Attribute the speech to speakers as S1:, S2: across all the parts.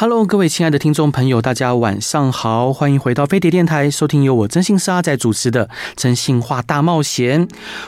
S1: Hello，各位亲爱的听众朋友，大家晚上好，欢迎回到飞碟电台，收听由我真心是阿仔主持的《真心话大冒险》。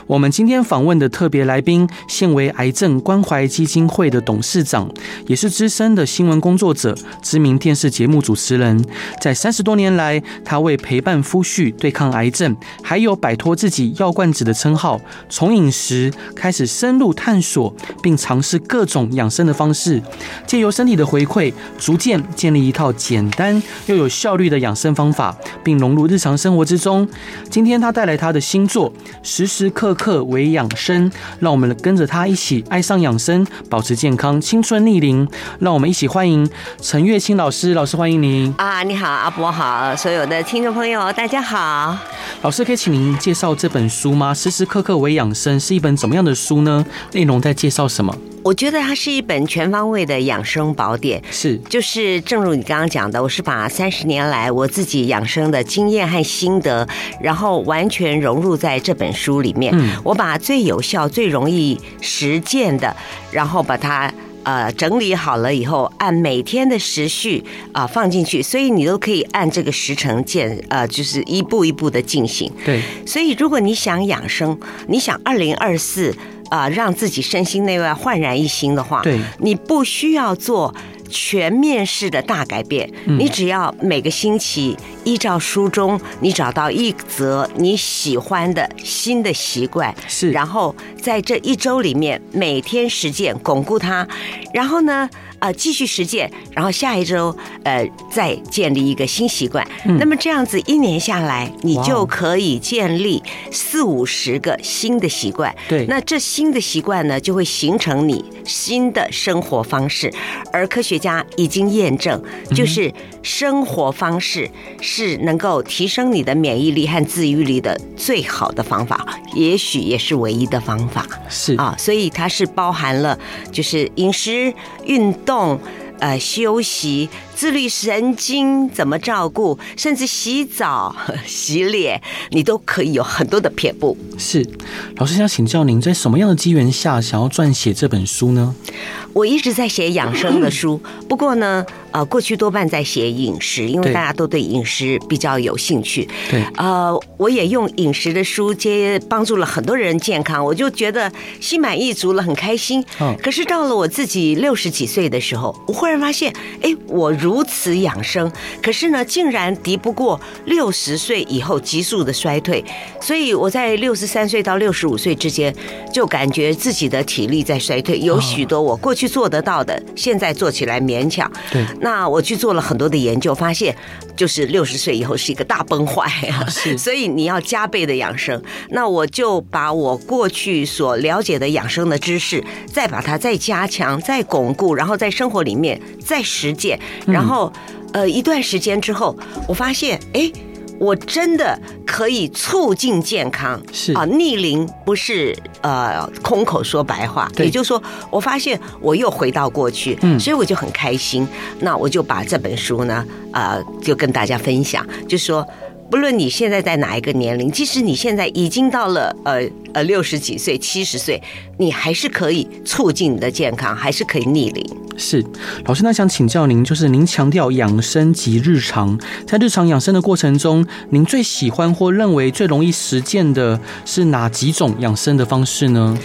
S1: 我们今天访问的特别来宾，现为癌症关怀基金会的董事长，也是资深的新闻工作者、知名电视节目主持人。在三十多年来，他为陪伴夫婿对抗癌症，还有摆脱自己药罐子的称号，从饮食开始深入探索，并尝试各种养生的方式，借由身体的回馈，逐渐建立一套简单又有效率的养生方法，并融入日常生活之中。今天他带来他的新作《时时刻刻为养生》，让我们跟着他一起爱上养生，保持健康，青春逆龄。让我们一起欢迎陈月清老师，老师欢迎您。
S2: 啊，你好，阿伯好，所有的听众朋友大家好。
S1: 老师可以请您介绍这本书吗？《时时刻刻为养生》是一本怎么样的书呢？内容在介绍什么？
S2: 我觉得它是一本全方位的养生宝典，
S1: 是
S2: 就是正如你刚刚讲的，我是把三十年来我自己养生的经验和心得，然后完全融入在这本书里面。
S1: 嗯
S2: 我把最有效、最容易实践的，然后把它。呃，整理好了以后，按每天的时序啊、放进去，所以你都可以按这个时程建，呃，就是一步一步的进行。
S1: 对，
S2: 所以，如果你想养生，你想二零二四啊，让自己身心内外焕然一新的话，
S1: 对
S2: 你不需要做全面式的大改变，
S1: 嗯
S2: 你只要每个星期依照书中你找到一则你喜欢的新的习惯，
S1: 是
S2: 然后在这一周里面每天实践，巩固它，然后呢，呃，继续实践，然后下一周呃再建立一个新习惯。
S1: 嗯
S2: 那么这样子一年下来，你
S1: 哇哦
S2: 就可以建立四五十个新的习惯。
S1: 对
S2: 那这新的习惯呢，就会形成你新的生活方式。而科学家已经验证，就是生活方式是能够提升你的免疫力和自愈力的最好的方法，也许也是唯一的方法。
S1: 是
S2: 啊，所以它是包含了就是饮食、运动。呃，休息、自律神经怎么照顾，甚至洗澡、 洗脸，你都可以有很多的撇步。
S1: 是。老师想请教您，在什么样的机缘下想要撰写这本书呢？
S2: 我一直在写养生的书，不过呢，呃，过去多半在写饮食，因为
S1: 对
S2: 大家都对饮食比较有兴趣。
S1: 对
S2: 呃，我也用饮食的书接帮助了很多人健康，我就觉得心满意足了，很开心。
S1: 嗯
S2: 可是到了我自己六十几岁的时候，我忽然发现，哎，我如此养生，可是呢，竟然敌不过六十岁以后急速的衰退，所以我在六十三岁到六十五岁之间，就感觉自己的体力在衰退，有许多我过去做得到的，现在做起来勉强。
S1: 对
S2: 那我去做了很多的研究，发现就是六十岁以后是一个大崩坏啊，
S1: 是
S2: 所以你要加倍的养生。那我就把我过去所了解的养生的知识，再把它再加强、再巩固，然后在生活里面再实践，
S1: 嗯
S2: 然后、呃一段时间之后，我发现哎。诶我真的可以促进健康，
S1: 是
S2: 啊，逆龄不是呃空口说白话，
S1: 对
S2: 也就是说，我发现我又回到过去，
S1: 嗯
S2: 所以我就很开心。那我就把这本书呢，呃，就跟大家分享，就说。不论你现在在哪一个年龄，即使你现在已经到了呃呃六十几岁、七十岁，你还是可以促进你的健康，还是可以逆龄。
S1: 是，老师，那想请教您，就是您强调养生及日常，在日常养生的过程中，您最喜欢或认为最容易实践的是哪几种养生的方式呢？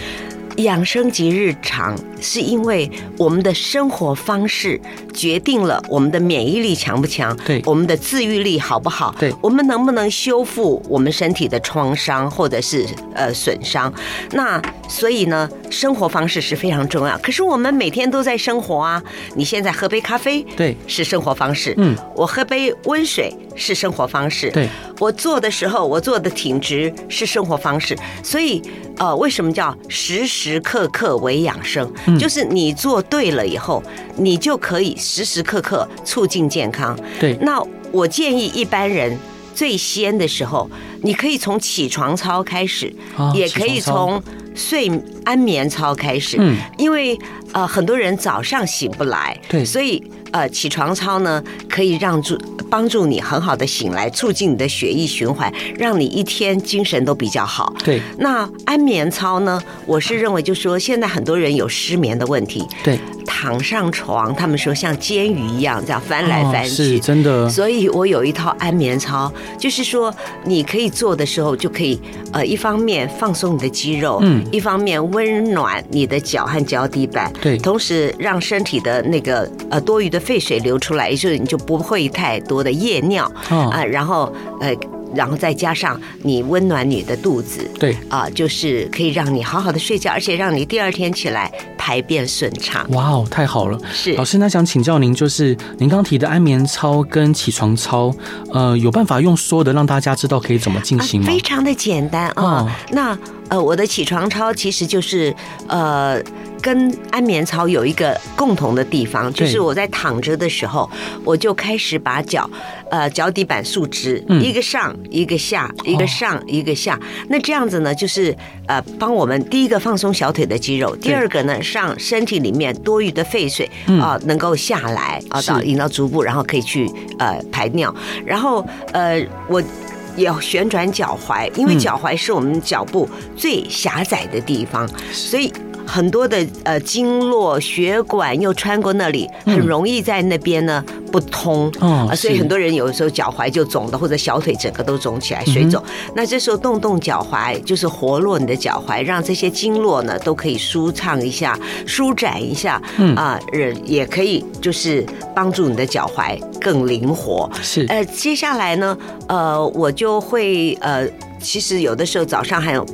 S2: 养生及日常，是因为我们的生活方式决定了我们的免疫力强不强，
S1: 对
S2: 我们的自愈力好不好，
S1: 对
S2: 我们能不能修复我们身体的创伤或者是呃损伤？那所以呢，生活方式是非常重要。可是我们每天都在生活啊，你现在喝杯咖啡，
S1: 对
S2: 是生活方式，
S1: 嗯，
S2: 我喝杯温水是生活方式，
S1: 对，
S2: 我做的时候，我做的挺直是生活方式，所以呃，为什么叫时时刻刻为养生？
S1: 嗯
S2: 就是你做对了以后，你就可以时时刻刻促进健康。
S1: 对，
S2: 那我建议一般人最先的时候，你可以从起床操开始，
S1: 啊
S2: 也可以
S1: 起床操
S2: 从睡安眠操开始，
S1: 嗯
S2: 因为呃很多人早上醒不来，
S1: 对
S2: 所以呃起床操呢可以让助帮助你很好的醒来，促进你的血液循环，让你一天精神都比较好。
S1: 对
S2: 那安眠操呢？我是认为，就说现在很多人有失眠的问题，
S1: 对，
S2: 躺上床，他们说像煎鱼一样这样翻来
S1: 哦
S2: 翻去，
S1: 是真的，
S2: 所以我有一套安眠操，就是说你可以做的时候就可以，呃，一方面放松你的肌肉，
S1: 嗯
S2: 一方面温暖你的脚和脚底板，
S1: 对
S2: 同时让身体的那个呃多余的废水流出来，也就是你就不会太多的夜尿
S1: 哦
S2: 啊、然后呃，然后再加上你温暖你的肚子。
S1: 对，
S2: 啊，就是可以让你好好的睡觉，而且让你第二天起来排便顺畅。
S1: 哇哦，太好了。
S2: 是
S1: 老师，那想请教您，就是您刚提的安眠操跟起床操，呃，有办法用说的让大家知道可以怎么进行吗
S2: 非？常的简单啊、
S1: 哦
S2: 那呃，我的起床操其实就是呃。跟安眠操有一个共同的地方，
S1: 对
S2: 就是我在躺着的时候，我就开始把脚，呃，脚底板竖直，
S1: 嗯哦
S2: 一个上一个下，一个上一个下。那这样子呢，就是呃，帮我们第一个放松小腿的肌肉，第
S1: 对
S2: 二个呢，让身体里面多余的废水
S1: 嗯
S2: 啊、能够下来啊，
S1: 是
S2: 到引到足部，然后可以去呃排尿。然后呃，我也旋转脚踝，因为
S1: 嗯
S2: 脚踝是我们脚部最狭窄的地方，所以。很多的呃经络血管又穿过那里，很容易在那边呢不通，
S1: 嗯哦
S2: 啊，所以
S1: 是
S2: 很多人有的时候脚踝就肿的，或者小腿整个都肿起来，
S1: 嗯
S2: 水肿。那这时候动动脚踝，就是活络你的脚踝，让这些经络呢都可以舒畅一下、舒展一下，
S1: 嗯
S2: 啊，也也可以就是帮助你的脚踝更灵活。
S1: 是，
S2: 呃，接下来呢，呃，我就会呃，其实有的时候早上还有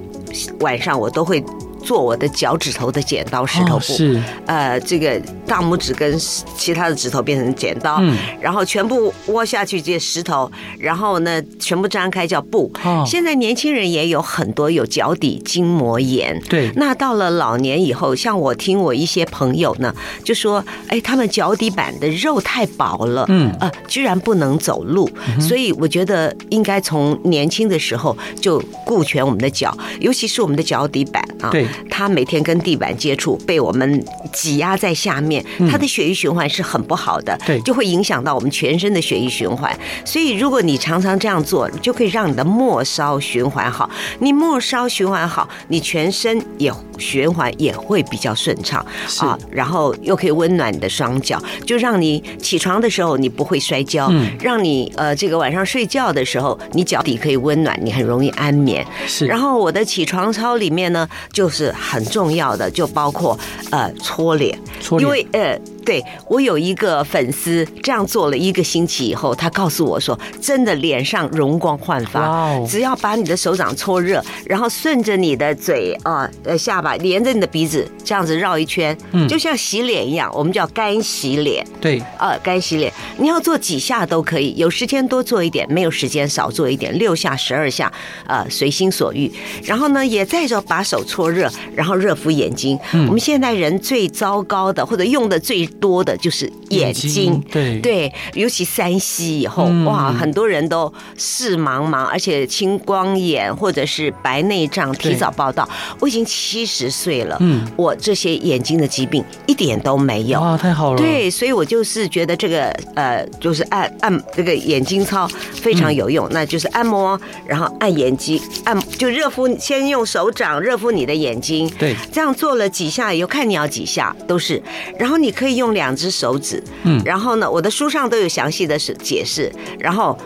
S2: 晚上，我都会做我的脚趾头的剪刀石头
S1: 哦，
S2: 布。
S1: 是，
S2: 呃，这个大拇指跟其他的指头变成剪刀，
S1: 嗯
S2: 然后全部窝下去这些石头，然后呢全部张开叫布。
S1: 哦，
S2: 现在年轻人也有很多有脚底筋膜炎。
S1: 对，
S2: 那到了老年以后，像我听我一些朋友呢，就说，哎，他们脚底板的肉太薄了，
S1: 嗯
S2: 呃，居然不能走路，所以我觉得应该从年轻的时候就顾全我们的脚，尤其是我们的脚底板啊，
S1: 对，
S2: 它每天跟地板接触，被我们挤压在下面，它的血液循环是很不好的，
S1: 嗯对
S2: 就会影响到我们全身的血液循环。所以如果你常常这样做，就可以让你的末梢循环好，你末梢循环好，你全身也循环也会比较顺畅
S1: 是
S2: 啊，然后又可以温暖你的双脚，就让你起床的时候你不会摔跤，
S1: 嗯
S2: 让你呃这个晚上睡觉的时候你脚底可以温暖，你很容易安眠。
S1: 是，
S2: 然
S1: 后
S2: 后我的起床操里面呢，就是很重要的，就包括呃搓脸，
S1: 搓
S2: 因
S1: 脸
S2: 为呃，对我有一个粉丝这样做了一个星期以后，他告诉我说，真的脸上容光焕发，
S1: 哇哦
S2: 只要把你的手掌搓热，然后顺着你的嘴啊呃下巴，连着你的鼻子这样子绕一圈，
S1: 嗯
S2: 就像洗脸一样，我们叫干洗脸。
S1: 对，
S2: 呃，干洗脸，你要做几下都可以，有时间多做一点，没有时间少做一点，六下、十二下，呃，随心所欲。然后呢，也再着把手搓热，然后热敷眼睛。
S1: 嗯
S2: 我们现代人最糟糕的或者用的最多的就是眼睛。
S1: 对，
S2: 对，尤其山西以后，
S1: 嗯
S2: 哇，很多人都视茫茫，而且青光眼或者是白内障提早报道。我已经七十岁了，
S1: 嗯
S2: 我这些眼睛的疾病一点都没有。
S1: 哇，太好了，，
S2: 对，所以我就是觉得这个呃，就是按按这个眼睛操非常有用，那就是按摩，然后按眼睛，按就热敷，先用手掌热敷你的眼睛。
S1: 对
S2: 这样做了几下以后，看你要几下都是，然后你可以用两只手指，
S1: 嗯
S2: 然后呢，我的书上都有详细的是解释，然后。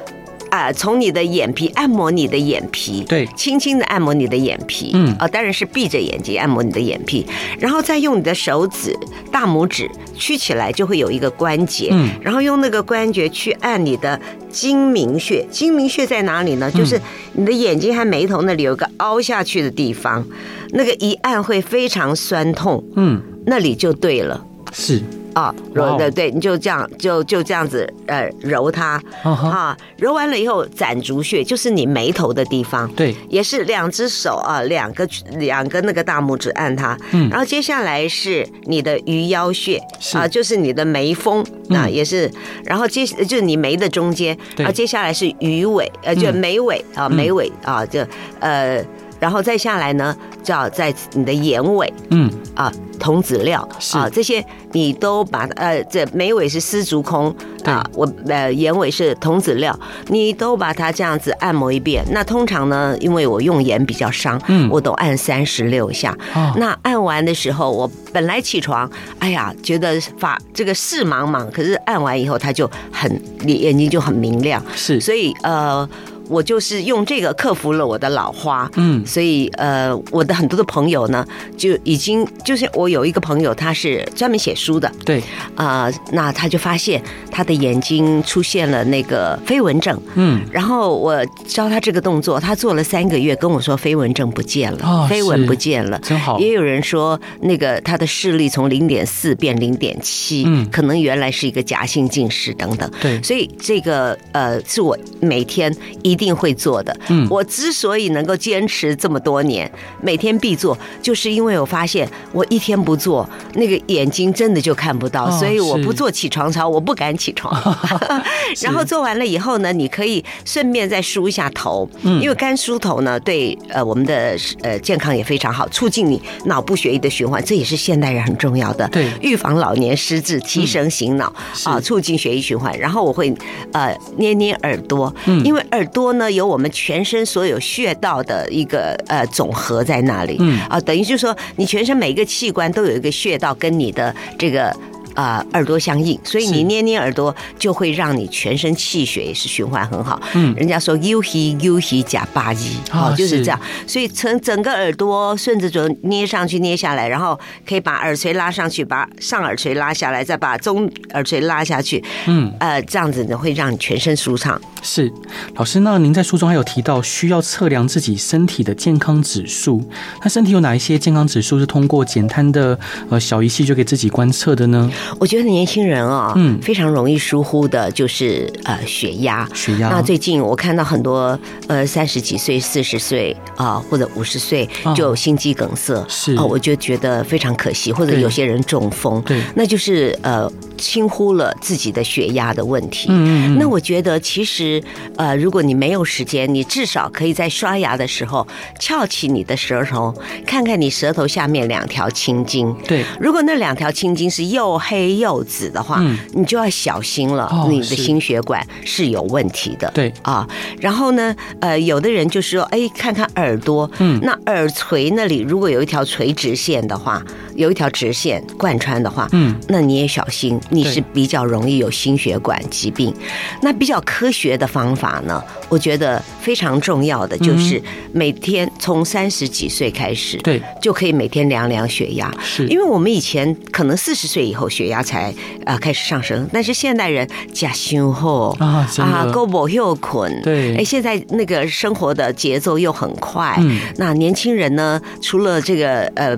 S2: 啊、从你的眼皮按摩你的眼皮，
S1: 对
S2: 轻轻的按摩你的眼皮，
S1: 嗯
S2: 啊、当然是闭着眼睛按摩你的眼皮，然后再用你的手指大拇指屈起来，就会有一个关节，
S1: 嗯
S2: 然后用那个关节去按你的睛明穴。睛明穴在哪里呢？
S1: 嗯
S2: 就是你的眼睛和眉头那里有一个凹下去的地方，那个一按会非常酸痛，
S1: 嗯，
S2: 那里就对了。
S1: 是，
S2: 啊，
S1: 哇
S2: 揉
S1: 哦
S2: 的对，你就这样就就这样子呃揉它
S1: 啊哈，
S2: 啊，揉完了以后攒竹穴就是你眉头的地方。
S1: 对，
S2: 也是两只手啊，两个两个那个大拇指按它，
S1: 嗯
S2: 然后接下来是你的鱼腰穴
S1: 是
S2: 啊，就是你的眉峰
S1: 嗯
S2: 啊，也是，然后接就是你眉的中间，啊
S1: 对
S2: 然后接下来是鱼尾，呃，就
S1: 嗯
S2: 眉尾啊，
S1: 嗯
S2: 眉尾啊，就呃，然后再下来呢，就要在你的眼尾
S1: 嗯，
S2: 啊，童子料
S1: 是
S2: 啊，这些你都把呃，这眉尾是丝竹空
S1: 对
S2: 啊，我呃眼尾是童子料，你都把它这样子按摩一遍。那通常呢，因为我用眼比较伤，
S1: 嗯
S2: 我都按三十六下。
S1: 哦，
S2: 那按完的时候，我本来起床，哎呀，觉得发这个视茫茫，可是按完以后，它就很眼睛就很明亮，
S1: 是，
S2: 所以呃，我就是用这个克服了我的老花。
S1: 嗯，
S2: 所以呃，我的很多的朋友呢，就已经就是我有一个朋友，他是专门写书的
S1: 对，
S2: 啊、呃那他就发现他的眼睛出现了那个飞蚊症，
S1: 嗯，
S2: 然后我教他这个动作，他做了三个月，跟我说飞蚊症不见了，
S1: 哦
S2: 飞蚊
S1: 是哦
S2: 不见了。
S1: 真好，
S2: 也有人说，那个他的视力从零点四变零点七
S1: 嗯，
S2: 可能原来是一个假性近视等等。
S1: 对，
S2: 所以这个呃是我每天一定会做的。
S1: 嗯
S2: 我之所以能够坚持这么多年，每天必做，就是因为我发现我一天不做，那个眼睛真的就看不到，
S1: 哦
S2: 所以我不
S1: 是
S2: 做起床操，我不敢起 床。 然后做完了以后呢，你可以顺便再梳一下头，
S1: 嗯
S2: 因为干梳头呢对呃我们的呃健康也非常好，促进你脑部血液的循环，这也是现代人很重要的。
S1: 对
S2: 预防老年失智，提神醒脑
S1: 嗯是
S2: 啊，促进血液循环。然后我会呃捏捏耳朵，
S1: 嗯
S2: 因为耳朵呢有我们全身所有穴道的一个呃总和在那里，
S1: 嗯
S2: 啊，等于就是说你全身每一个器官都有一个穴道跟你的这个。啊、耳朵相应，所以
S1: 是
S2: 你捏捏耳朵，就会让你全身气血也是循环很好。
S1: 嗯
S2: 人家说 “you he you he 假八一”，
S1: 啊
S2: 哦，就是
S1: 是
S2: 这样。 所以从整个耳朵顺着就捏上去、捏下来，然后可以把耳垂拉上去，把上耳垂拉下来，再把中耳垂拉下去，
S1: 嗯，
S2: 呃，这样子呢会让你全身舒畅。
S1: 是，老师，那您在书中还有提到需要测量自己身体的健康指数，那身体有哪一些健康指数是通过简单的呃小仪器就给自己观测的呢？
S2: 我觉得年轻人啊、
S1: 嗯
S2: 非常容易疏忽的就是呃血压。
S1: 血压，
S2: 那最近我看到很多呃三十几岁、四十岁啊、或者五十岁
S1: 啊
S2: 就心肌梗塞，
S1: 是
S2: 哦，我就觉得非常可惜，或者
S1: 对
S2: 有些人中风，
S1: 对
S2: 那就是呃轻忽了自己的血压的问题。
S1: 嗯嗯嗯，
S2: 那我觉得，其实，呃，如果你没有时间，你至少可以在刷牙的时候翘起你的舌头，看看你舌头下面两条青筋。
S1: 对，
S2: 如果那两条青筋是又黑又紫的话，
S1: 嗯
S2: 你就要小心了，
S1: 哦
S2: 你的
S1: 是
S2: 心血管是有问题的。
S1: 对
S2: 啊，然后呢，呃，有的人就是说，哎，看看耳朵，
S1: 嗯
S2: 那耳垂那里如果有一条垂直线的话，有一条直线贯穿的话，
S1: 嗯，
S2: 那你也小心，你
S1: 对
S2: 是比较容易有心血管疾病。那比较科学的方法呢，我觉得非常重要的就是每天从三十几岁开始，
S1: 嗯对，
S2: 就可以每天量量血压。
S1: 是，
S2: 因为我们以前可能四十岁以后血压才啊开始上升，但是现代人假胸后
S1: 啊真的
S2: 够不又困，
S1: 对
S2: 哎，现在那个生活的节奏又很快，
S1: 嗯
S2: 那年轻人呢，除了这个呃。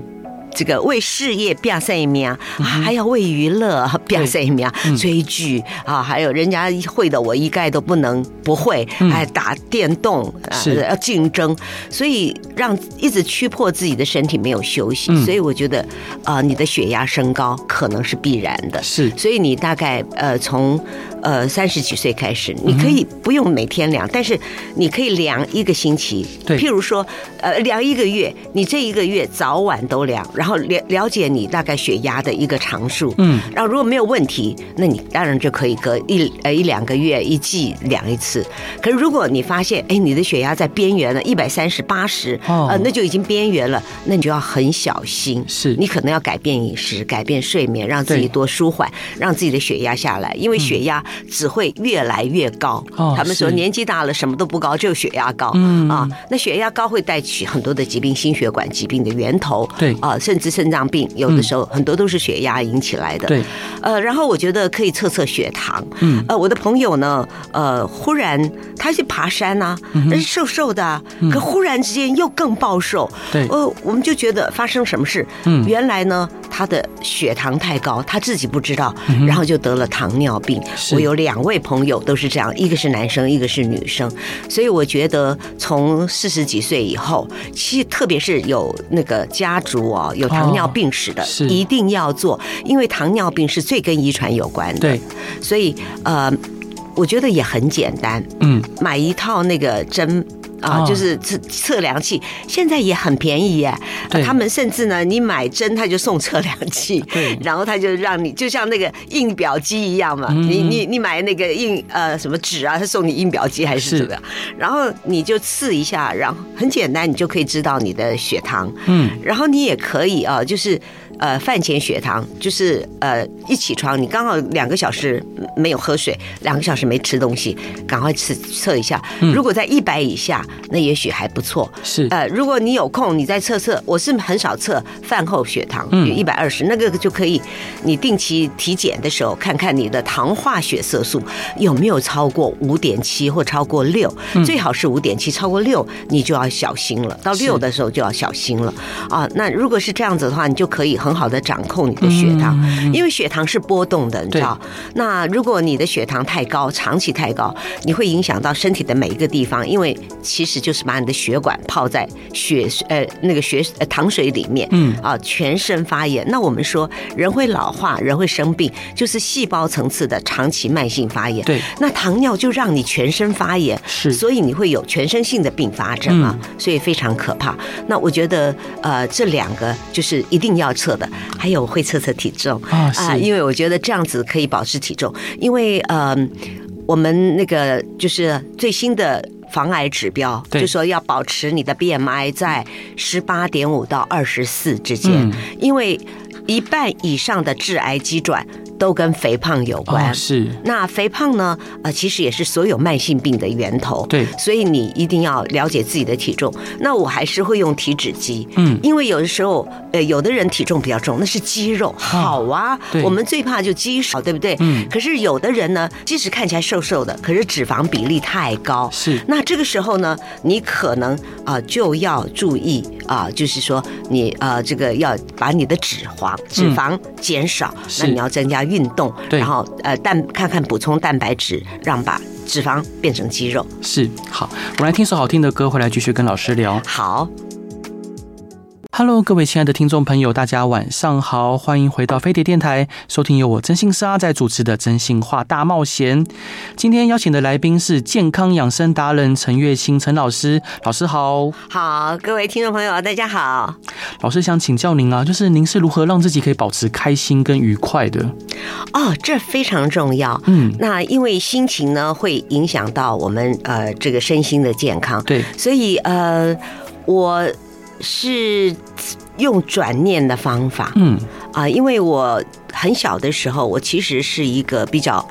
S2: 这个为事业表现一面，
S1: 嗯
S2: 啊还要为娱乐表现一面，追剧啊，还有人家会的我一概都不能不会，还打电动，啊
S1: 嗯是
S2: 要竞争，所以让一直驱迫自己的身体没有休息，
S1: 嗯
S2: 所以我觉得啊、呃你的血压升高可能是必然的。
S1: 是，
S2: 所以你大概呃从呃三十几岁开始，你可以不用每天量，但是你可以量一个星期，
S1: 对
S2: 譬如说呃量一个月，你这一个月早晚都量，然后了了解你大概血压的一个常数，
S1: 嗯，
S2: 然后如果没有问题，那你当然就可以隔一呃一两个月一季量一次。可是如果你发现哎你的血压在边缘了，一百三十八十，
S1: 哦
S2: 呃那就已经边缘了，那你就要很小心，
S1: 是
S2: 你可能要改变饮食，改变睡眠，让自己
S1: 对嗯
S2: 多舒缓，让自己的血压下来，因为血压只会越来越高。
S1: 哦
S2: 他们说
S1: 是
S2: 年纪大了什么都不高，只有血压高。
S1: 嗯
S2: 啊，那血压高会带起很多的疾病，心血管疾病的源头。
S1: 对嗯
S2: 啊，甚至肾脏病，有的时候很多都是血压引起来的。
S1: 对，
S2: 呃，然后我觉得可以测测血糖。
S1: 嗯
S2: 呃，我的朋友呢，呃，忽然他去爬山呐、
S1: 嗯
S2: 啊，是瘦瘦的、啊，可忽然之间又更暴瘦。
S1: 对
S2: 呃，我们就觉得发生什么事？
S1: 嗯
S2: 原来呢，他的血糖太高，他自己不知道，然后就得了糖尿病。
S1: 嗯是
S2: 我有两位朋友都是这样，一个是男生，一个是女生。所以我觉得从四十几岁以后，其实特别是有那个家族哦，有糖尿病史的，
S1: 哦是
S2: 一定要做，因为糖尿病是最跟遗传有关的。
S1: 对，
S2: 所以呃，我觉得也很简单，
S1: 嗯，
S2: 买一套那个针。啊
S1: 哦，
S2: 就是测测量器，现在也很便宜耶。
S1: 对
S2: 他们甚至呢，你买针他就送测量器，
S1: 对
S2: 然后他就让你就像那个印表机一样嘛，
S1: 嗯
S2: 你你你买那个印呃什么纸啊，他送你印表机还
S1: 是
S2: 是什么样，然后你就刺一下，然后很简单，你就可以知道你的血糖。
S1: 嗯，
S2: 然后你也可以啊，就是呃饭前血糖，就是呃一起床你刚好两个小时没有喝水，两个小时没吃东西，赶快吃测一下。
S1: 嗯
S2: 如果在一百以下，那也许还不错。
S1: 是，
S2: 呃，如果你有空，你再测测。我是很少测饭后血糖，
S1: 嗯
S2: 一百二十那个就可以。你定期体检的时候，看看你的糖化血色素有没有超过五点七或超过六、最好是五点七，超过六你就要小心了。到
S1: 嗯
S2: 六
S1: 是
S2: 的时候就要小心了啊。那如果是这样子的话，你就可以很好的掌控你的血糖，因为血糖是波动的，你
S1: 嗯
S2: 知
S1: 对
S2: 道。那如果你的血糖太高，长期太高，你会影响到身体的每一个地方，因为其实就是把你的血管泡在血呃那个血呃糖水里面，
S1: 嗯
S2: 啊，全身发炎。那我们说人会老化，人会生病，就是细胞层次的长期慢性发炎。
S1: 对，
S2: 那糖尿就让你全身发炎，
S1: 是嗯
S2: 所以你会有全身性的并发症啊，所以非常可怕。那我觉得呃这两个就是一定要测的，还有会测测体重
S1: 啊是
S2: 因为我觉得这样子可以保持体重，因为呃，我们那个就是最新的。防癌指标
S1: 对
S2: 就说要保持你的 BMI 在十八点五到二十四之间，
S1: 嗯
S2: 因为一半以上的致癌机转都跟肥胖有关。
S1: 哦，是，
S2: 那肥胖呢？呃，其实也是所有慢性病的源头。
S1: 对
S2: 所以你一定要了解自己的体重。那我还是会用体脂机，
S1: 嗯
S2: 因为有的时候，呃，有的人体重比较重，那是肌肉，好啊，
S1: 对
S2: 我们最怕就肌少，对不对？
S1: 嗯
S2: 可是有的人呢，即使看起来瘦瘦的，可是脂肪比例太高，
S1: 是
S2: 那这个时候呢，你可能啊、就要注意啊、就是说你呃这个要把你的脂肪脂肪减少，
S1: 嗯是
S2: 那你要增加运动，
S1: 对
S2: 然后呃蛋看看补充蛋白质，让把脂肪变成肌肉。
S1: 是，好，我们来听首好听的歌，回来继续跟老师聊。
S2: 好，
S1: Hello，各位亲爱的听众朋友，大家晚上好，欢迎回到飞碟电台，收听由我真心是阿仔主持的《真心话大冒险》。今天邀请的来宾是健康养生达人陈月清陈老师，老师好，
S2: 好，各位听众朋友，大家好。
S1: 老师想请教您啊，就是您是如何让自己可以保持开心跟愉快的？
S2: 哦，这非常重要。
S1: 嗯，
S2: 那因为心情呢，会影响到我们呃这个身心的健康。
S1: 对，
S2: 所以呃，我是用转念的方法
S1: 嗯，
S2: 啊、因为我很小的时候，我其实是一个比较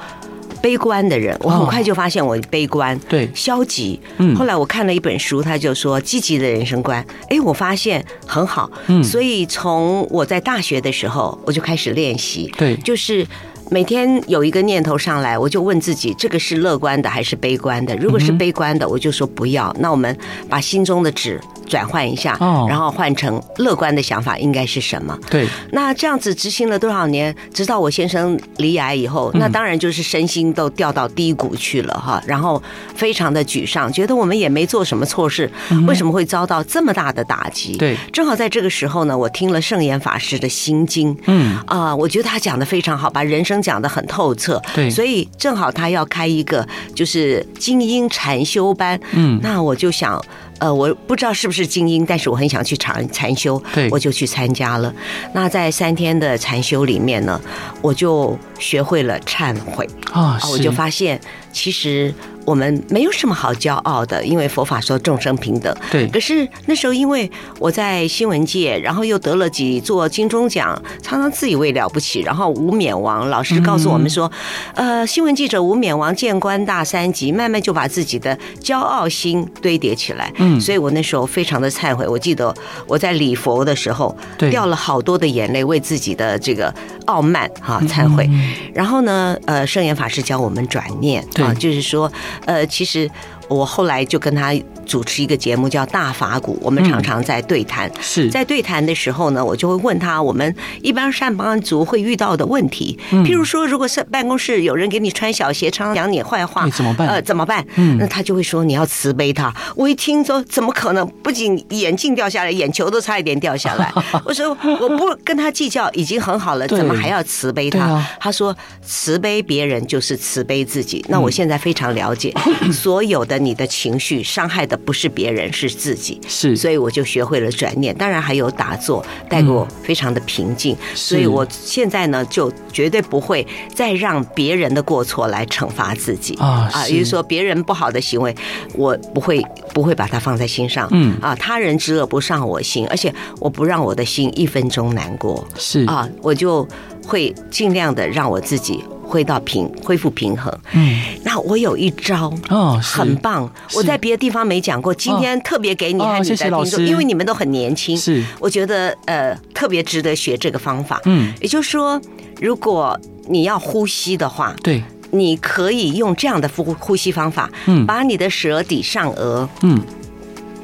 S2: 悲观的人，我
S1: 哦
S2: 很快就发现我悲观。
S1: 对，
S2: 消极，
S1: 嗯
S2: 后来我看了一本书，他就说积极的人生观，哎，我发现很好，
S1: 嗯
S2: 所以从我在大学的时候，我就开始练习，
S1: 对，
S2: 就是每天有一个念头上来，我就问自己，这个是乐观的还是悲观的？如果
S1: 嗯
S2: 是悲观的，我就说不要。那我们把心中的纸转换一下，
S1: 哦
S2: 然后换成乐观的想法应该是什么？
S1: 对，
S2: 那这样子执行了多少年？直到我先生离癌以后，
S1: 嗯
S2: 那当然就是身心都掉到低谷去了哈，然后非常的沮丧，觉得我们也没做什么错事，为什么会遭到这么大的打击？
S1: 嗯对，
S2: 正好在这个时候呢，我听了圣严法师的心经，
S1: 嗯，
S2: 啊、我觉得他讲的非常好，把人生讲得很透彻。
S1: 对
S2: 所以正好他要开一个就是精英禅修班，
S1: 嗯
S2: 那我就想，呃，我不知道是不是精英，但是我很想去禅禅修，
S1: 对
S2: 我就去参加了。那在三天的禅修里面呢，我就学会了忏悔，
S1: 啊，
S2: 啊，
S1: 是
S2: 我就发现其实。我们没有什么好骄傲的，因为佛法说众生平等。
S1: 对
S2: 可是那时候因为我在新闻界，然后又得了几座金钟奖，常常自以为了不起。然后吴冕王老师告诉我们说，
S1: 嗯
S2: 呃，新闻记者吴冕王见官大三级，慢慢就把自己的骄傲心堆叠起来。
S1: 嗯
S2: 所以我那时候非常的忏悔。我记得我在礼佛的时候
S1: 对，
S2: 掉了好多的眼泪，为自己的这个傲慢哈、
S1: 嗯
S2: 忏悔。然后呢，呃，圣严法师教我们转念
S1: 对
S2: 啊，就是说，呃，其实我后来就跟他主持一个节目叫《大法鼓》，我们
S1: 嗯
S2: 常常在对谈。
S1: 是
S2: 在对谈的时候呢，我就会问他我们一般上班族会遇到的问题，
S1: 嗯
S2: 譬如说，如果是办公室有人给你穿小鞋，常常讲你坏话
S1: 哎，怎么办
S2: 呃，怎么办？
S1: 嗯
S2: 那他就会说你要慈悲他。我一听说怎么可能？不仅眼镜掉下来，眼球都差一点掉下 来。我说我不跟他计较，已经很好了，
S1: 对
S2: 怎么还要慈悲
S1: 对
S2: 他？
S1: 啊嗯
S2: 他说慈悲别人就是慈悲自己。那我现在非常 了解，所有的你的情绪伤害的不是别人，是自己。
S1: 是，
S2: 所以我就学会了转念，当然还有打坐，带给我
S1: 嗯
S2: 非常的平静。所以我现在呢，就绝对不会再让别人的过错来惩罚自己
S1: 啊
S2: 啊，
S1: 是
S2: 也就是说别人不好的行为，我不会不会把它放在心上。
S1: 嗯
S2: 啊，他人之恶不上我心，而且我不让我的心一分钟难过
S1: 是
S2: 啊，我就会尽量的让我自己回到平恢复平衡。
S1: 嗯
S2: 那我有一招
S1: 哦，是
S2: 很棒，我在别的地方没讲过，今天特别给你
S1: 哦
S2: 和你
S1: 谢
S2: 的
S1: 谢
S2: 听
S1: 老
S2: 众，
S1: 师
S2: 因为你们都很年轻，
S1: 是
S2: 我觉得呃特别值得学这个方法。
S1: 嗯
S2: 也就是说，如果你要呼吸的话，
S1: 对
S2: 你可以用这样的呼呼吸方法，
S1: 嗯
S2: 把你的舌抵上颚，
S1: 嗯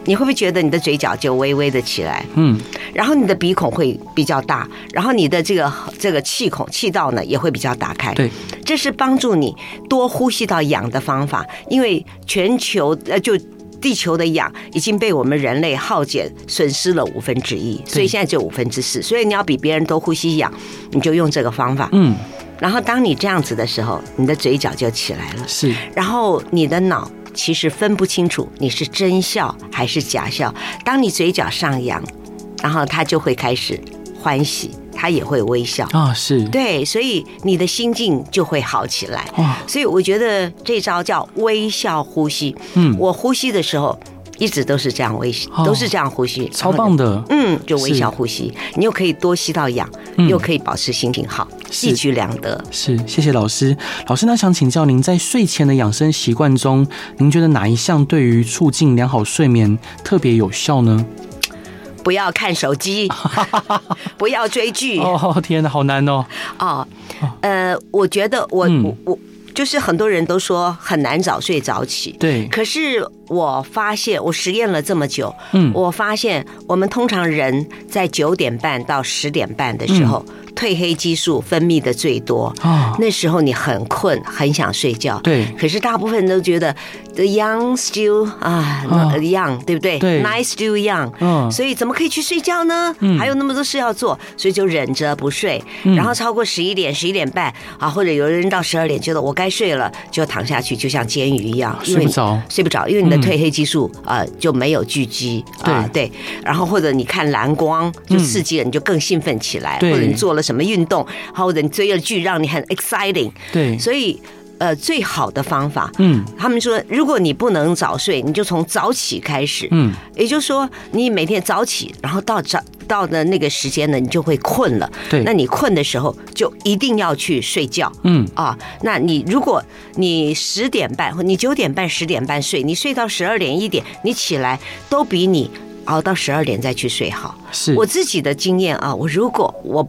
S2: 你会不会觉得你的嘴角就微微的起来？
S1: 嗯
S2: 然后你的鼻孔会比较大，然后你的这个这个气孔气道呢也会比较打开。
S1: 对
S2: 这是帮助你多呼吸到氧的方法，因为全球呃就。地球的氧已经被我们人类耗减，损失了五分之一，所以现在只有五分之四。所以你要比别人多呼吸氧，你就用这个方法。
S1: 嗯
S2: 然后当你这样子的时候，你的嘴角就起来了，
S1: 是
S2: 然后你的脑其实分不清楚你是真笑还是假笑。当你嘴角上扬，然后他就会开始欢喜，他也会微笑。
S1: 啊是
S2: 对，所以你的心境就会好起来。
S1: 哇
S2: 所以我觉得这招叫微笑呼吸。
S1: 嗯
S2: 我呼吸的时候一直都是这样微笑，
S1: 哦
S2: 都是这样呼吸，
S1: 超棒
S2: 的。
S1: 的
S2: 嗯，就微
S1: 是
S2: 笑呼吸，你又可以多吸到氧，
S1: 嗯
S2: 又可以保持心情好，
S1: 是
S2: 一举两得。
S1: 是，谢谢老师。老师呢，想请教您在睡前的养生习惯中，您觉得哪一项对于促进良好睡眠特别有效呢？
S2: 不要看 手机，不要追剧哦
S1: 哦，天哪，好难哦。
S2: 呃，我觉得我、
S1: 嗯
S2: 我我就是很多人都说很难早睡早起，
S1: 对，
S2: 可是我发现，我实验了这么久，
S1: 嗯
S2: 我发现我们通常人在九点半到十点半的时候，褪黑激素分泌的最多，
S1: 嗯啊，
S2: 那时候你很困，很想睡觉。
S1: 对，
S2: 可是大部分人都觉得 the young still 啊、
S1: 啊
S2: young，对不对
S1: 对
S2: n i c e still young，、
S1: 嗯，
S2: 所以怎么可以去睡觉呢？
S1: 嗯
S2: 还有那么多事要做，所以就忍着不睡。
S1: 嗯
S2: 然后超过十一点、十一点半啊，或者有的人到十二点觉得我该睡了，就躺下去，就像监狱一样，因
S1: 睡
S2: 为
S1: 不着。
S2: 睡不着，因为你的
S1: 嗯
S2: 褪黑激素啊、呃就没有聚集啊、对，然后或者你看蓝光就刺激了，你就更兴奋起来，
S1: 对
S2: 或者你做了什么运动，或者你追了剧让你很 exciting，
S1: 对，
S2: 所以呃最好的方法，
S1: 嗯
S2: 他们说如果你不能早睡，你就从早起开始，
S1: 嗯，
S2: 也就是说你每天早起，然后到早到的那个时间呢，你就会困了，那
S1: 对，
S2: 你困的时候就一定要去睡觉，
S1: 嗯
S2: 啊，那你如果你十点半或你九点半、十点半睡，你睡到十二点一点，你起来都比你熬到十二点再去睡好。
S1: 是
S2: 我，自己的经验啊，我如果我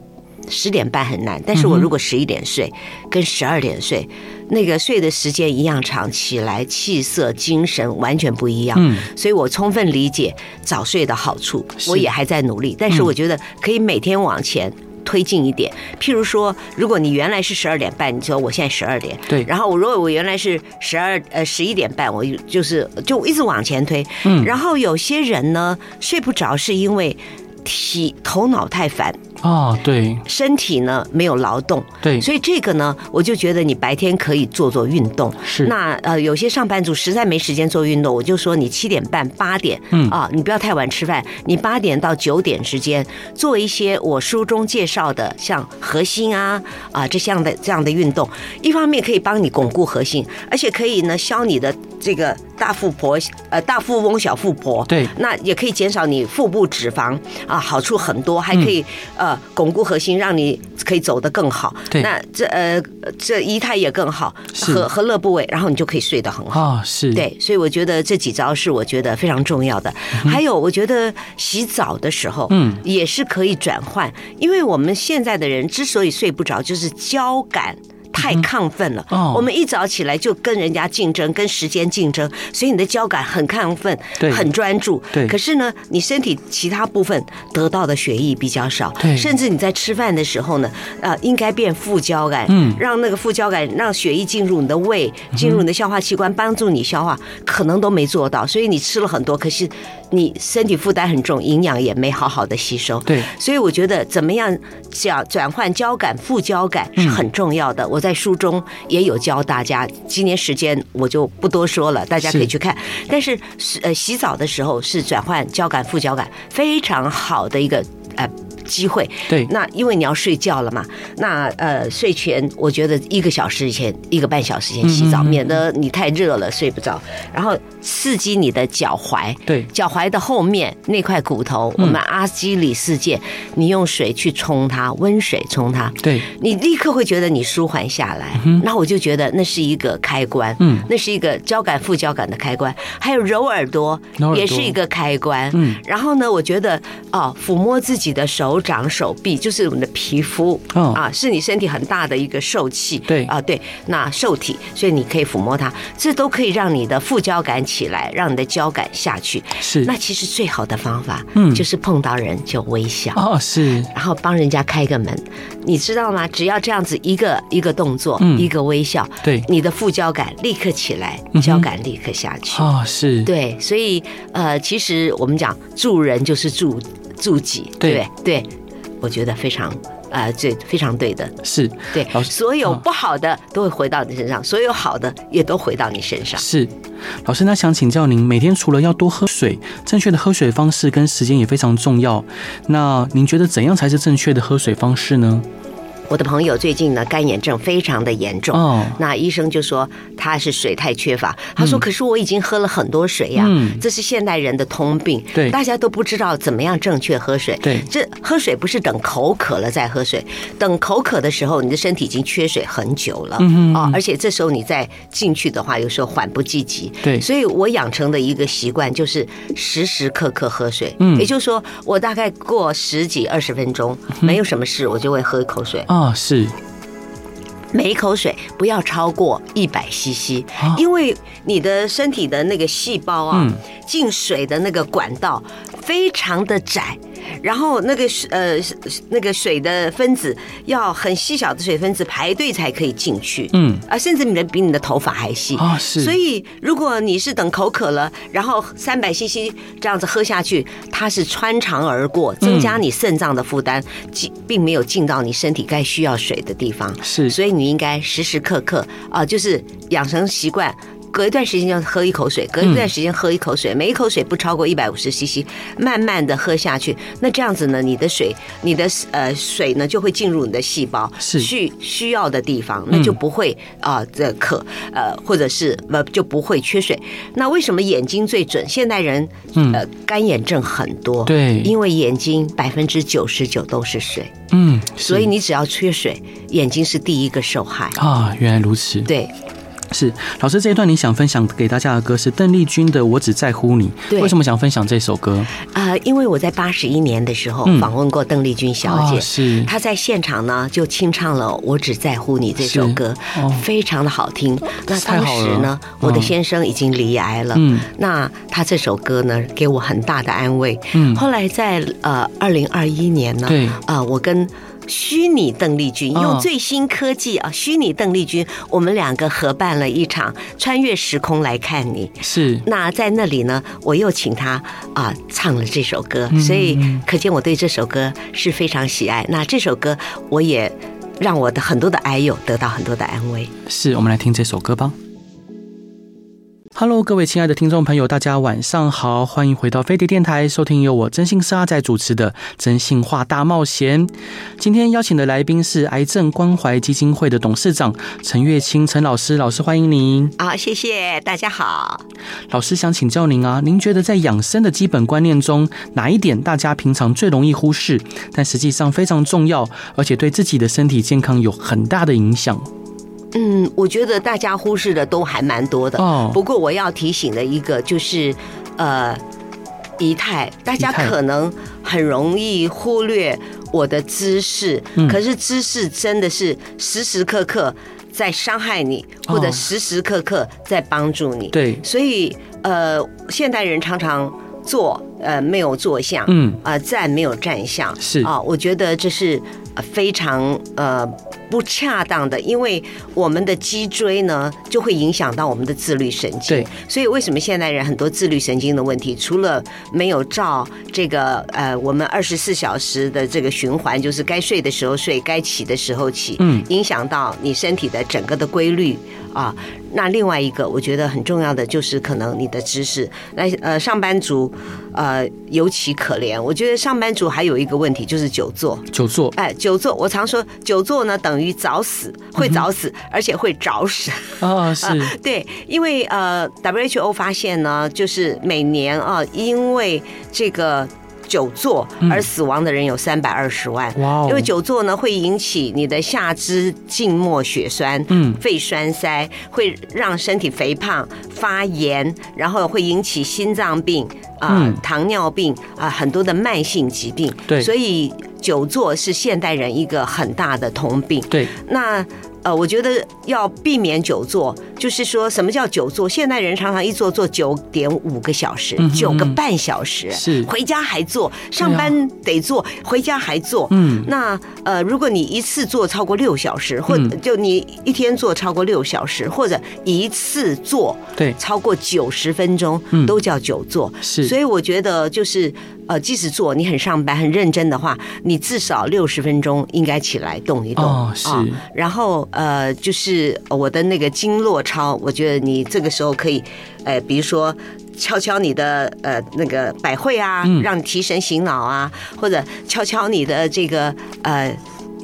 S2: 十点半很难，但是我如果十一点睡、
S1: 嗯
S2: 跟十二点睡，那个睡的时间一样长，起来气色、精神完全不一样。
S1: 嗯
S2: 所以我充分理解早睡的好处，
S1: 是嗯
S2: 我也还在努力，但是我觉得可以每天往前。推进一点，譬如说，如果你原来是十二点半，你说我现在十二点，
S1: 对
S2: 然后我如果我原来是十二呃十一点半，我就就是就一直往前推，
S1: 嗯
S2: 然后有些人呢睡不着是因为体头脑太烦，
S1: 啊，对
S2: 身体呢没有劳动，
S1: 对，
S2: 所以这个呢，我就觉得你白天可以做做运动。
S1: 是
S2: 那呃，有些上班族实在没时间做运动，我就说你七点半、八点，
S1: 嗯
S2: 啊，你不要太晚吃饭，你八点到九点之间做一些我书中介绍的像核心啊啊这项的这样的运动，一方面可以帮你巩固核心，而且可以呢消你的这个大富婆呃大富翁小富婆，
S1: 对
S2: 那也可以减少你腹部脂肪啊，好处很多，还
S1: 嗯
S2: 可以、呃巩固核心，让你可以走得更好。
S1: 对
S2: 那这呃这仪态也更好，
S1: 是
S2: 和和乐部位，然后你就可以睡得很好。
S1: 啊，是，
S2: 对，所以我觉得这几招是我觉得非常重要的。还有，我觉得洗澡的时候，
S1: 嗯，
S2: 也是可以转换，因为我们现在的人之所以睡不着，就是交感。太亢奋了，
S1: 哦
S2: 我们一早起来就跟人家竞争，跟时间竞争，所以你的交感很亢奋
S1: 对，
S2: 很专注。
S1: 对
S2: 可是呢，你身体其他部分得到的血液比较少
S1: 对，
S2: 甚至你在吃饭的时候呢，呃，应该变副交感，
S1: 嗯
S2: 让那个副交感让血液进入你的胃，进入你的消化器官，帮助你消化，可能都没做到，所以你吃了很多，可是你身体负担很重，营养也没好好的吸收。
S1: 对
S2: 所以我觉得怎么样转转换交感、副交感是很重要的。我在书中也有教大家，今年时间我就不多说了，大家可以
S1: 是
S2: 去看。但是是呃，洗澡的时候是转换交感、副交感非常好的一个呃机会。
S1: 对
S2: 那因为你要睡觉了嘛，那呃睡前我觉得一个小时以前、一个半小时以前洗
S1: 嗯
S2: 澡，
S1: 嗯嗯
S2: 免得你太热了睡不着，然后刺激你的脚踝，
S1: 对
S2: 脚踝的后面那块骨头，我们阿基里斯腱，你用水去冲它，温水冲它，
S1: 对
S2: 你立刻会觉得你舒缓下来。那我就觉得那是一个开关，
S1: 嗯
S2: 那是一个交感副交感的开关，还有揉耳朵
S1: 揉耳朵
S2: 也是一个开关。
S1: 嗯
S2: 然后呢，我觉得哦，抚摸自己的手掌、手臂，就是我们的皮肤、
S1: 哦
S2: 啊，是你身体很大的一个受气。
S1: 对
S2: 啊，对，那受体，所以你可以抚摸它，这都可以让你的副交感起来，让你的交感下去。
S1: 是
S2: 那其实最好的方法，
S1: 嗯
S2: 就是碰到人就微笑。
S1: 哦是
S2: 然后帮人家开个门，你知道吗？只要这样子一个一个动作，
S1: 嗯
S2: 一个微笑，
S1: 对嗯
S2: 你的副交感立刻起来，
S1: 哼
S2: 交感立刻下去。
S1: 哦是，
S2: 对，所以呃，其实我们讲助人就是助助己，
S1: 对
S2: 不对对，我觉得非常呃，对，非常对的。
S1: 是
S2: 对
S1: 老，师
S2: 所有
S1: 嗯
S2: 不好的都会回到你身上，所有好的也都回到你身上。
S1: 是，老师，那想请教您，每天除了要多喝水，正确的喝水方式跟时间也非常重要。那您觉得怎样才是正确的喝水方式呢？
S2: 我的朋友最近呢，干眼症非常的严重。
S1: 哦，
S2: 那医生就说他是水太缺乏，他说：“可是我已经喝了很多水呀、
S1: 嗯
S2: 这是现代人的通病，
S1: 对
S2: 大家都不知道怎么样正确喝水。
S1: 对
S2: 这喝水不是等口渴了再喝水，等口渴的时候，你的身体已经缺水很久了，
S1: 嗯哼
S2: 啊、而且这时候你再进去的话，有时候缓不济急，
S1: 对
S2: 所以我养成的一个习惯就是时时刻刻喝水，
S1: 嗯
S2: 也就是说，我大概过十几二十分钟，没有什么事，我就会喝一口水。
S1: 啊、是，
S2: 每一口水不要超过一百 CC，
S1: 啊
S2: 因为你的身体的那个细胞啊，
S1: 嗯
S2: 进水的那个管道非常的窄，然后那个呃那个水的分子要很细小的水分子排队才可以进去，
S1: 嗯，
S2: 啊，甚至你的比你的头发还细
S1: 啊、是，
S2: 所以，如果你是等口渴了，然后三百 CC 这样子喝下去，它是穿肠而过，增加
S1: 嗯
S2: 你肾脏的负担，进并没有进到你身体该需要水的地方。
S1: 是
S2: 所以你应该时时刻刻啊、就是养成习惯。隔一段时间就喝一口水，隔一段时间喝一口水，
S1: 嗯
S2: 每一口水不超过一百五十 CC，慢慢的喝下去。那这样子呢，你的水，你的呃水呢就会进入你的细胞，
S1: 是嗯
S2: 去需要的地方，那就不会啊这、渴呃或者是呃就不会缺水。那为什么眼睛最准？现代人呃干眼症很多，
S1: 嗯对
S2: 因为眼睛百分之九十九都是水，
S1: 嗯，
S2: 所以
S1: 是
S2: 你只要缺水，眼睛是第一个受害。
S1: 啊、原来如此。
S2: 对，
S1: 是，老师这一段你想分享给大家的歌是邓丽君的《我只在乎你》，
S2: 对
S1: 为什么想分享这首歌？
S2: 呃，因为我在八十一年的时候
S1: 嗯
S2: 访问过邓丽君小姐，
S1: 哦是
S2: 她在现场呢就清唱了《我只在乎你》这首
S1: 是
S2: 歌，
S1: 哦
S2: 非常的好听。那
S1: 太
S2: 当
S1: 好
S2: 时
S1: 了
S2: 呢，我的
S1: 嗯
S2: 先生已经离癌了，
S1: 嗯
S2: 那他这首歌呢给我很大的安慰。
S1: 嗯
S2: 后来在呃二零二一年呢，
S1: 对
S2: 呃，我跟虚拟邓丽君，
S1: 哦
S2: 用最新科技啊，虚拟邓丽君，我们两个合办了一场穿越时空来看你。
S1: 是
S2: 那在那里呢，我又请他啊、唱了这首歌，所以可见我对这首歌是非常喜爱。那这首歌我也让我的很多的爱友得到很多的安慰。
S1: 是，我们来听这首歌吧。Hello，各位亲爱的听众朋友，大家晚上好，欢迎回到飞碟电台，收听由我真心是阿仔主持的《真心话大冒险》。今天邀请的来宾是癌症关怀基金会的董事长陈月清陈老师，老师欢迎您。
S2: 好，啊谢谢大家好。
S1: 老师想请教您啊，您觉得在养生的基本观念中，哪一点大家平常最容易忽视，但实际上非常重要，而且对自己的身体健康有很大的影响？
S2: 嗯，我觉得大家忽视的都还蛮多的。
S1: 哦
S2: 不过我要提醒的一个就是，呃，仪态，大家
S1: 仪态
S2: 可能很容易忽略我的姿势，
S1: 嗯
S2: 可是姿势真的是时时刻刻在伤害你，
S1: 哦
S2: 或者时时刻刻在帮助你。
S1: 对，
S2: 所以呃，现代人常常坐呃没有坐相，
S1: 嗯
S2: 啊站没有站相，
S1: 是
S2: 啊、我觉得这是呃非常呃不恰当的，因为我们的脊椎呢就会影响到我们的自律神经，
S1: 对，
S2: 所以为什么现代人很多自律神经的问题，除了没有照这个呃我们二十四小时的这个循环，就是该睡的时候睡，该起的时候起，
S1: 嗯
S2: 影响到你身体的整个的规律啊。那另外一个我觉得很重要的就是可能你的知识，那呃上班族呃尤其可怜，我觉得上班族还有一个问题就是久坐，
S1: 久坐
S2: 哎，久坐，我常说久坐呢等于早死，会早死，而且会早死。
S1: 啊，是
S2: 对，因为呃，WHO 发现呢，就是每年啊，因为这个久坐而死亡的人有三百二十万。
S1: 哇哦，
S2: 因为久坐呢，会引起你的下肢静脉血栓，
S1: 嗯
S2: 肺栓塞，会让身体肥胖、发炎，然后会引起心脏病啊、
S1: 嗯
S2: 糖尿病啊、很多的慢性疾病。
S1: 对
S2: 所以久坐是现代人一个很大的通病。
S1: 对，
S2: 那呃，我觉得要避免久坐，就是说什么叫久坐？现代人常常一坐坐九点五个小时
S1: 嗯，哼
S2: 九、个半小时，
S1: 是啊
S2: 回家还坐，上班得坐，回家还坐。
S1: 嗯，
S2: 那呃，如果你一次坐超过六小时，或
S1: 嗯
S2: 就你一天坐超过六小时，或者一次坐
S1: 对，
S2: 超过九十分钟
S1: 嗯，
S2: 都叫久坐。
S1: 是，
S2: 所以我觉得就是呃，即使做你很上班很认真的话，你至少六十分钟应该起来动一动。
S1: 哦是
S2: 啊然后呃，就是我的那个经络操，我觉得你这个时候可以，呃，比如说。敲敲你的呃那个百会啊，
S1: 嗯
S2: 让你提神醒脑啊，或者敲敲你的这个呃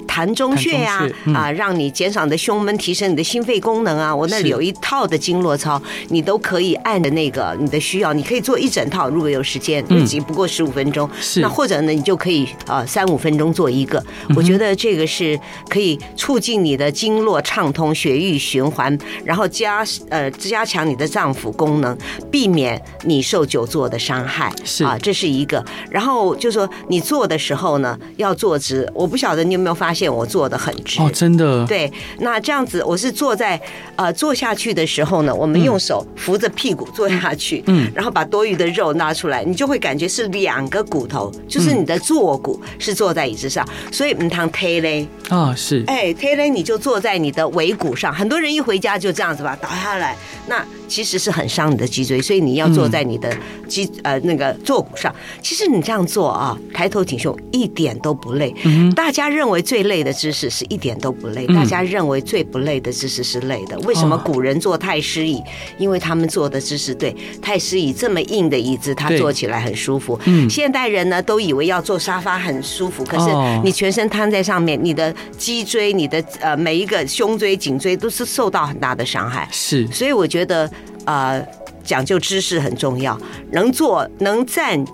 S2: 膻中穴呀、
S1: 膻
S2: 啊
S1: 中穴嗯
S2: 让你减少你的胸闷，提升你的心肺功能啊。我那
S1: 是
S2: 里有一套的经络操，你都可以按着那个你的需要，你可以做一整套，如果有时间，因为
S1: 嗯
S2: 只不过十五分钟。
S1: 是嗯
S2: 那或者呢，你就可以呃三五分钟做一个。我觉得这个是可以促进你的经络畅通、血液循环，然后加呃加强你的脏腑功能，避免你受久坐的伤害。
S1: 是
S2: 啊，这是一个。然后就说你坐的时候呢，要坐直。我不晓得你有没有发现我坐的很直。
S1: 哦，真的，
S2: 对，那这样子，我是坐在呃坐下去的时候呢，我们用手扶着屁股坐下去，
S1: 嗯
S2: 然后把多余的肉拿出来，你就会感觉是两个骨头，就是你的坐骨是坐在椅子上，所以唔当推嘞，
S1: 啊，是，
S2: 哎，推嘞你就坐在你的尾骨上，很多人一回家就这样子吧倒下来，那其实是很伤你的脊椎，所以你要坐在你的脊、
S1: 嗯
S2: 呃那个坐骨上。其实你这样做啊，抬头挺胸一点都不累，
S1: 嗯哼，
S2: 大家认为最累的姿势是一点都不累，
S1: 嗯
S2: 大家认为最不累的姿势是累的。为什么
S1: 哦
S2: 古人坐太师椅？因为他们坐的姿势对，太师椅这么硬的椅子，他
S1: 对
S2: 坐起来很舒服。
S1: 嗯
S2: 现代人呢都以为要坐沙发很舒服，可是
S1: 哦
S2: 你全身瘫在上面，你的脊椎、你的呃每一个胸椎、颈椎都是受到很大的伤害。
S1: 是，
S2: 所以我觉得呃，讲究姿势很重要，能坐能站，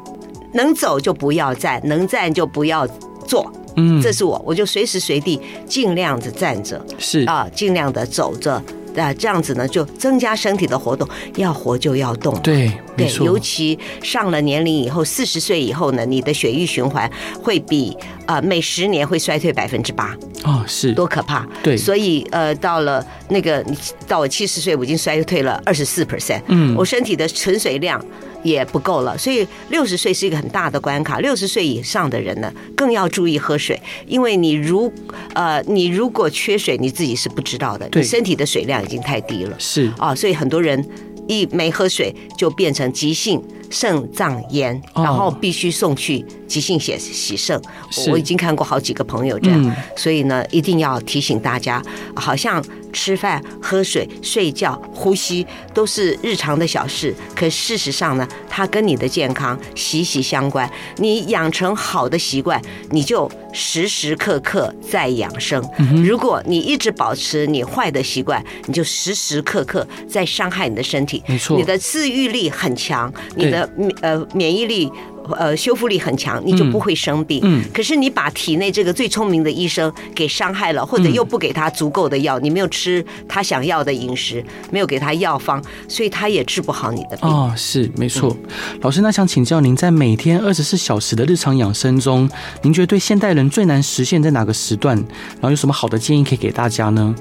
S2: 能走就不要站，能站就不要坐。
S1: 嗯，
S2: 这是我，我就随时随地尽量的站着
S1: 是，
S2: 啊，尽量的走着。啊，这样子呢，就增加身体的活动，要活就要动。
S1: 对，没
S2: 对，
S1: 错，
S2: 尤其上了年龄以后，四十岁以后呢，你的血液循环会比呃每十年会衰退百分之八，
S1: 哦，是，
S2: 多可怕！
S1: 对
S2: 所以呃，到了那个到我七十岁，我已经衰退了二十四 percent，
S1: 嗯
S2: 我身体的存水量。也不够了，所以六十岁是一个很大的关卡。六十岁以上的人呢，更要注意喝水，因为你如呃，你如果缺水，你自己是不知道的，
S1: 对
S2: 你身体的水量已经太低了
S1: 是
S2: 啊，所以很多人一没喝水就变成急性肾脏炎，
S1: 哦
S2: 然后必须送去急性血洗肾。
S1: 是
S2: 我我已经看过好几个朋友这样，
S1: 嗯
S2: 所以呢，一定要提醒大家，好像吃饭、喝水、睡觉、呼吸都是日常的小事，可事实上呢，它跟你的健康息息相关。你养成好的习惯，你就时时刻刻在养生；
S1: 嗯
S2: 如果你一直保持你坏的习惯，你就时时刻刻在伤害你的身体。
S1: 没错
S2: 你的自愈力很强，你
S1: 对
S2: 的免呃免疫力。呃，修复力很强，你就不会生病。
S1: 嗯
S2: 可是你把体内这个最聪明的医生给伤害了，
S1: 嗯
S2: 或者又不给他足够的药，你没有吃他想要的饮食，没有给他药方，所以他也治不好你的病。
S1: 哦，是
S2: 嗯
S1: 没错。老师，那想请教您，在每天二十四小时的日常养生中，您觉得对现代人最难实现在哪个时段？然后有什么好的建议可以给大家呢？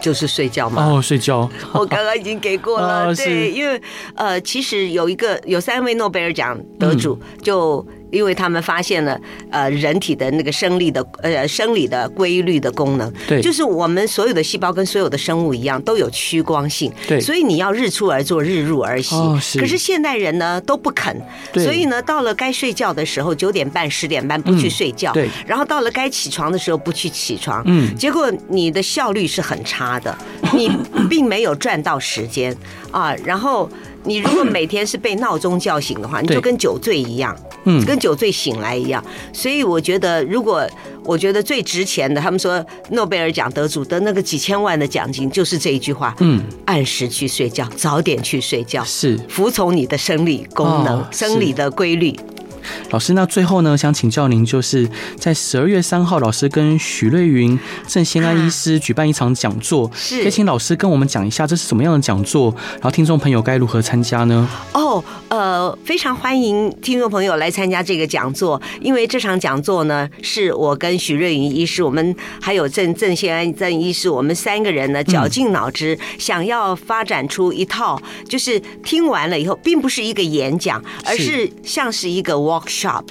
S2: 就是睡觉嘛。
S1: 哦，睡觉。
S2: 我刚刚已经给过了，
S1: 哦是
S2: 对，因为呃，其实有一个有三位诺贝尔奖得主，
S1: 嗯
S2: 就因为他们发现了呃人体的那个生理的呃生理的规律的功能，
S1: 对
S2: 就是我们所有的细胞跟所有的生物一样都有趋光性，
S1: 对
S2: 所以你要日出而作，日入而息。
S1: 哦是
S2: 可是现代人呢都不肯，
S1: 对
S2: 所以呢到了该睡觉的时候，九点半、十点半不去睡觉，
S1: 嗯对
S2: 然后到了该起床的时候不去起床，
S1: 嗯
S2: 结果你的效率是很差的，你并没有赚到时间啊。然后你如果每天是被闹钟叫醒的话，你
S1: 对
S2: 就跟酒醉一样，
S1: 嗯
S2: 跟酒醉醒来一样。所以我觉得，如果我觉得最值钱的，他们说诺贝尔奖得主的那个几千万的奖金，就是这一句话：
S1: 嗯，
S2: 按时去睡觉，早点去睡觉。
S1: 是
S2: 服从你的生理功能、
S1: 哦
S2: 生理
S1: 是
S2: 的规律，
S1: 老师，那最后呢，想请教您，就是在十二月三号，老师跟许瑞云、郑先安医师举办一场讲座，
S2: 是
S1: 可以请老师跟我们讲一下这是什么样的讲座，然后听众朋友该如何参加呢？
S2: 哦，呃，非常欢迎听众朋友来参加这个讲座，因为这场讲座呢，是我跟许瑞云医师，我们还有郑郑先安郑医师，我们三个人呢绞尽脑汁，想要发展出一套，就是听完了以后，并不是一个演讲，而
S1: 是
S2: 是像是一个 workshop。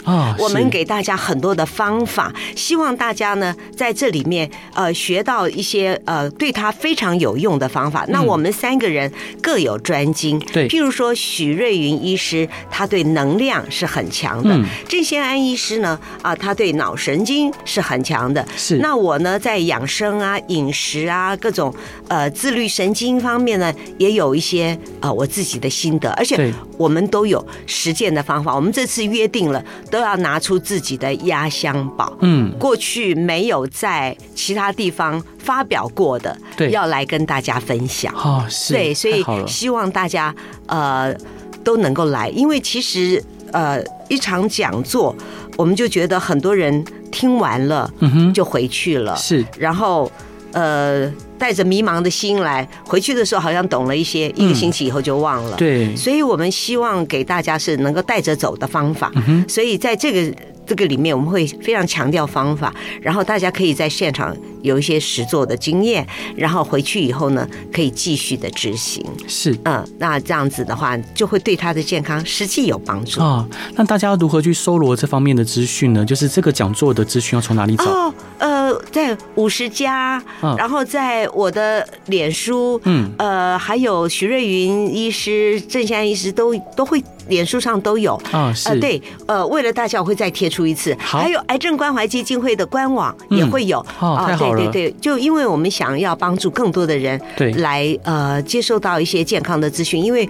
S1: 啊，
S2: 我
S1: 是
S2: 们给大家很多的方法，希望大家呢在这里面呃学到一些呃对他非常有用的方法。那我们三个人各有专精，
S1: 嗯对
S2: 譬如说许瑞云医师，他对能量是很强的
S1: 嗯；
S2: 郑先安医师呢，啊，他对脑神经是很强的。
S1: 是
S2: 那我呢，在养生啊、饮食啊、各种呃自律神经方面呢，也有一些呃我自己的心得，而
S1: 对
S2: 且我们都有实践的方法。我们这次约定了，都要拿出自己的压箱宝。
S1: 嗯，
S2: 过去没有在其他地方发表过的，
S1: 对
S2: 要来跟大家分享。
S1: 啊，是
S2: 对，所以
S1: 太好了，
S2: 希望大家呃都能够来，因为其实呃一场讲座，我们就觉得很多人听完了
S1: 嗯哼，
S2: 就回去了，
S1: 是
S2: 然后呃带着迷茫的心来，回去的时候好像懂了一些，一
S1: 嗯
S2: 个星期以后就忘了。
S1: 对，
S2: 所以我们希望给大家是能够带着走的方法。所以在这个这个里面，我们会非常强调方法，然后大家可以在现场有一些实做的经验，然后回去以后呢，可以继续的执行。
S1: 是。
S2: 嗯，那这样子的话，就会对他的健康实际有帮助。
S1: 啊，那大家如何去搜罗这方面的资讯呢？就是这个讲座的资讯要从哪里找？
S2: 哦，呃，在五十家，
S1: 嗯
S2: 然后在我的脸书，
S1: 嗯，
S2: 呃，还有徐瑞云医师、郑先生医师都都会脸书上都有。
S1: 啊，是、
S2: 呃，，对，呃，为了大家我会再贴出一次，
S1: 好
S2: 还有癌症关怀基金会的官网
S1: 嗯
S2: 也会有啊
S1: 哦太好
S2: 对
S1: 了
S2: 对对，就因为我们想要帮助更多的人，
S1: 对
S2: 来呃接受到一些健康的资讯，因为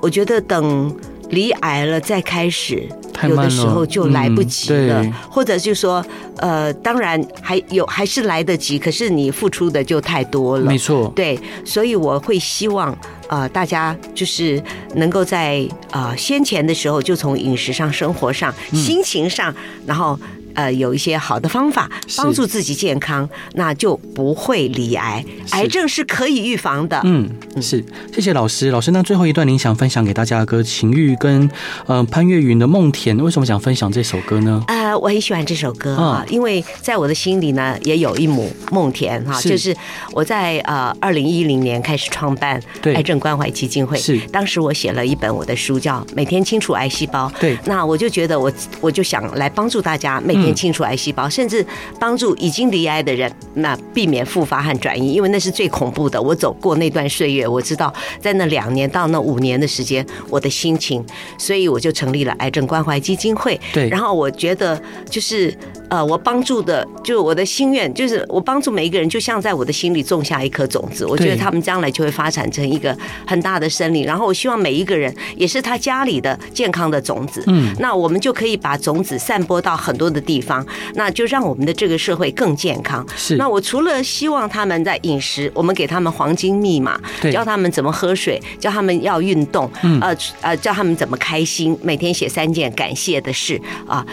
S2: 我觉得等离癌了再开始
S1: 太，
S2: 有
S1: 慢
S2: 的
S1: 了
S2: 时候就来不及了，
S1: 嗯对
S2: 或者就说呃，当然还有还是来得及，可是你付出的就太多了
S1: 没，错，
S2: 对，所以我会希望呃大家就是能够
S1: 嗯
S2: 在呃先前的时候就从饮食上、生活上、心情上，然后呃有一些好的方法
S1: 是
S2: 帮助自己健康，那就不会罹癌。
S1: 是
S2: 癌症是可以预防的。
S1: 嗯，是，谢谢老师。老师，那最后一段您想分享给大家的歌《情欲》跟呃潘越云的《梦田》，为什么想分享这首歌呢？
S2: 呃，我很喜欢这首歌啊，因为在我的心里呢，也有一亩梦田哈，
S1: 是
S2: 就是我在呃二零一零年开始创办
S1: 对
S2: 癌症关怀基金会，
S1: 是
S2: 当时我写了一本我的书叫《每天清除癌细胞》，
S1: 对
S2: 那我就觉得我我就想来帮助大家每天清除癌细胞，甚至帮助已经离癌的人，那避免复发和转移，因为那是最恐怖的。我走过那段岁月，我知道在那两年到那五年的时间，我的心情，所以我就成立了癌症关怀基金会。
S1: 对
S2: 然后我觉得就是呃，我帮助的，就我的心愿，就是我帮助每一个人，就像在我的心里种下一颗种子，我觉
S1: 对
S2: 得他们将来就会发展成一个很大的森林。然后我希望每一个人也是他家里的健康的种子，
S1: 嗯，
S2: 那我们就可以把种子散播到很多的地方，那就让我们的这个社会更健康。
S1: 是
S2: 那我除了希望他们在饮食，我们给他们黄金密码，
S1: 对
S2: 教他们怎么喝水，教他们要运动，
S1: 嗯
S2: 呃呃，教他们怎么开心，每天写三件感谢的事啊。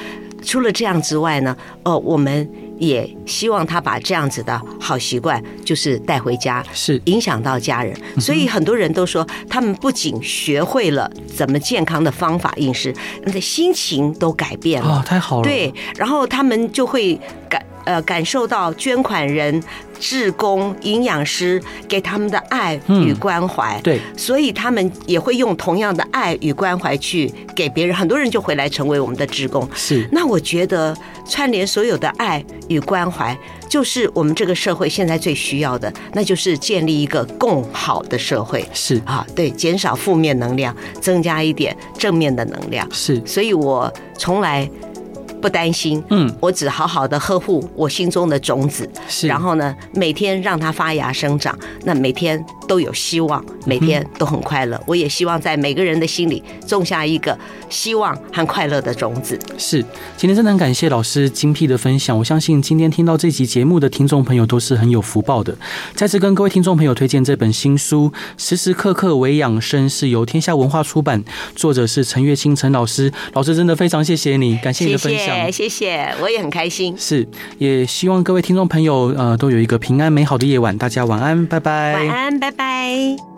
S2: 除了这样之外呢，呃，我们也希望他把这样子的好习惯，就是带回家，
S1: 是
S2: 影响到家人。
S1: 嗯
S2: 所以很多人都说，他们不仅学会了怎么健康的方法饮食，他们的心情都改变了。
S1: 啊、太好了，
S2: 对，然后他们就会感呃感受到捐款人、志工、营养师给他们的爱
S1: 嗯
S2: 与关怀。
S1: 对，
S2: 所以他们也会用同样的爱与关怀去给别人，很多人就回来成为我们的职工。
S1: 是
S2: 那我觉得串联所有的爱与关怀，就是我们这个社会现在最需要的，那就是建立一个更好的社会
S1: 是
S2: 啊，对，减少负面能量，增加一点正面的能量。
S1: 是，
S2: 所以我从来不担心，
S1: 嗯，
S2: 我只好好的呵护我心中的种子，
S1: 是，
S2: 然后呢，每天让它发芽生长，那每天都有希
S1: 嗯
S2: 望，每天都很快乐。我也希望在每个人的心里种下一个希望和快乐的种子。
S1: 是，今天真的很感谢老师精辟的分享。我相信今天听到这集节目的听众朋友都是很有福报的。再次跟各位听众朋友推荐这本新书《时时刻刻为养生》，是由天下文化出版，作者是陈月清陈老师。老师真的非常谢谢你，感谢你
S2: 谢
S1: 的分享。
S2: 谢，谢谢，我也很开心。
S1: 是，也希望各位听众朋友，呃，都有一个平安美好的夜晚。大家晚安，拜拜。
S2: 晚安，拜拜。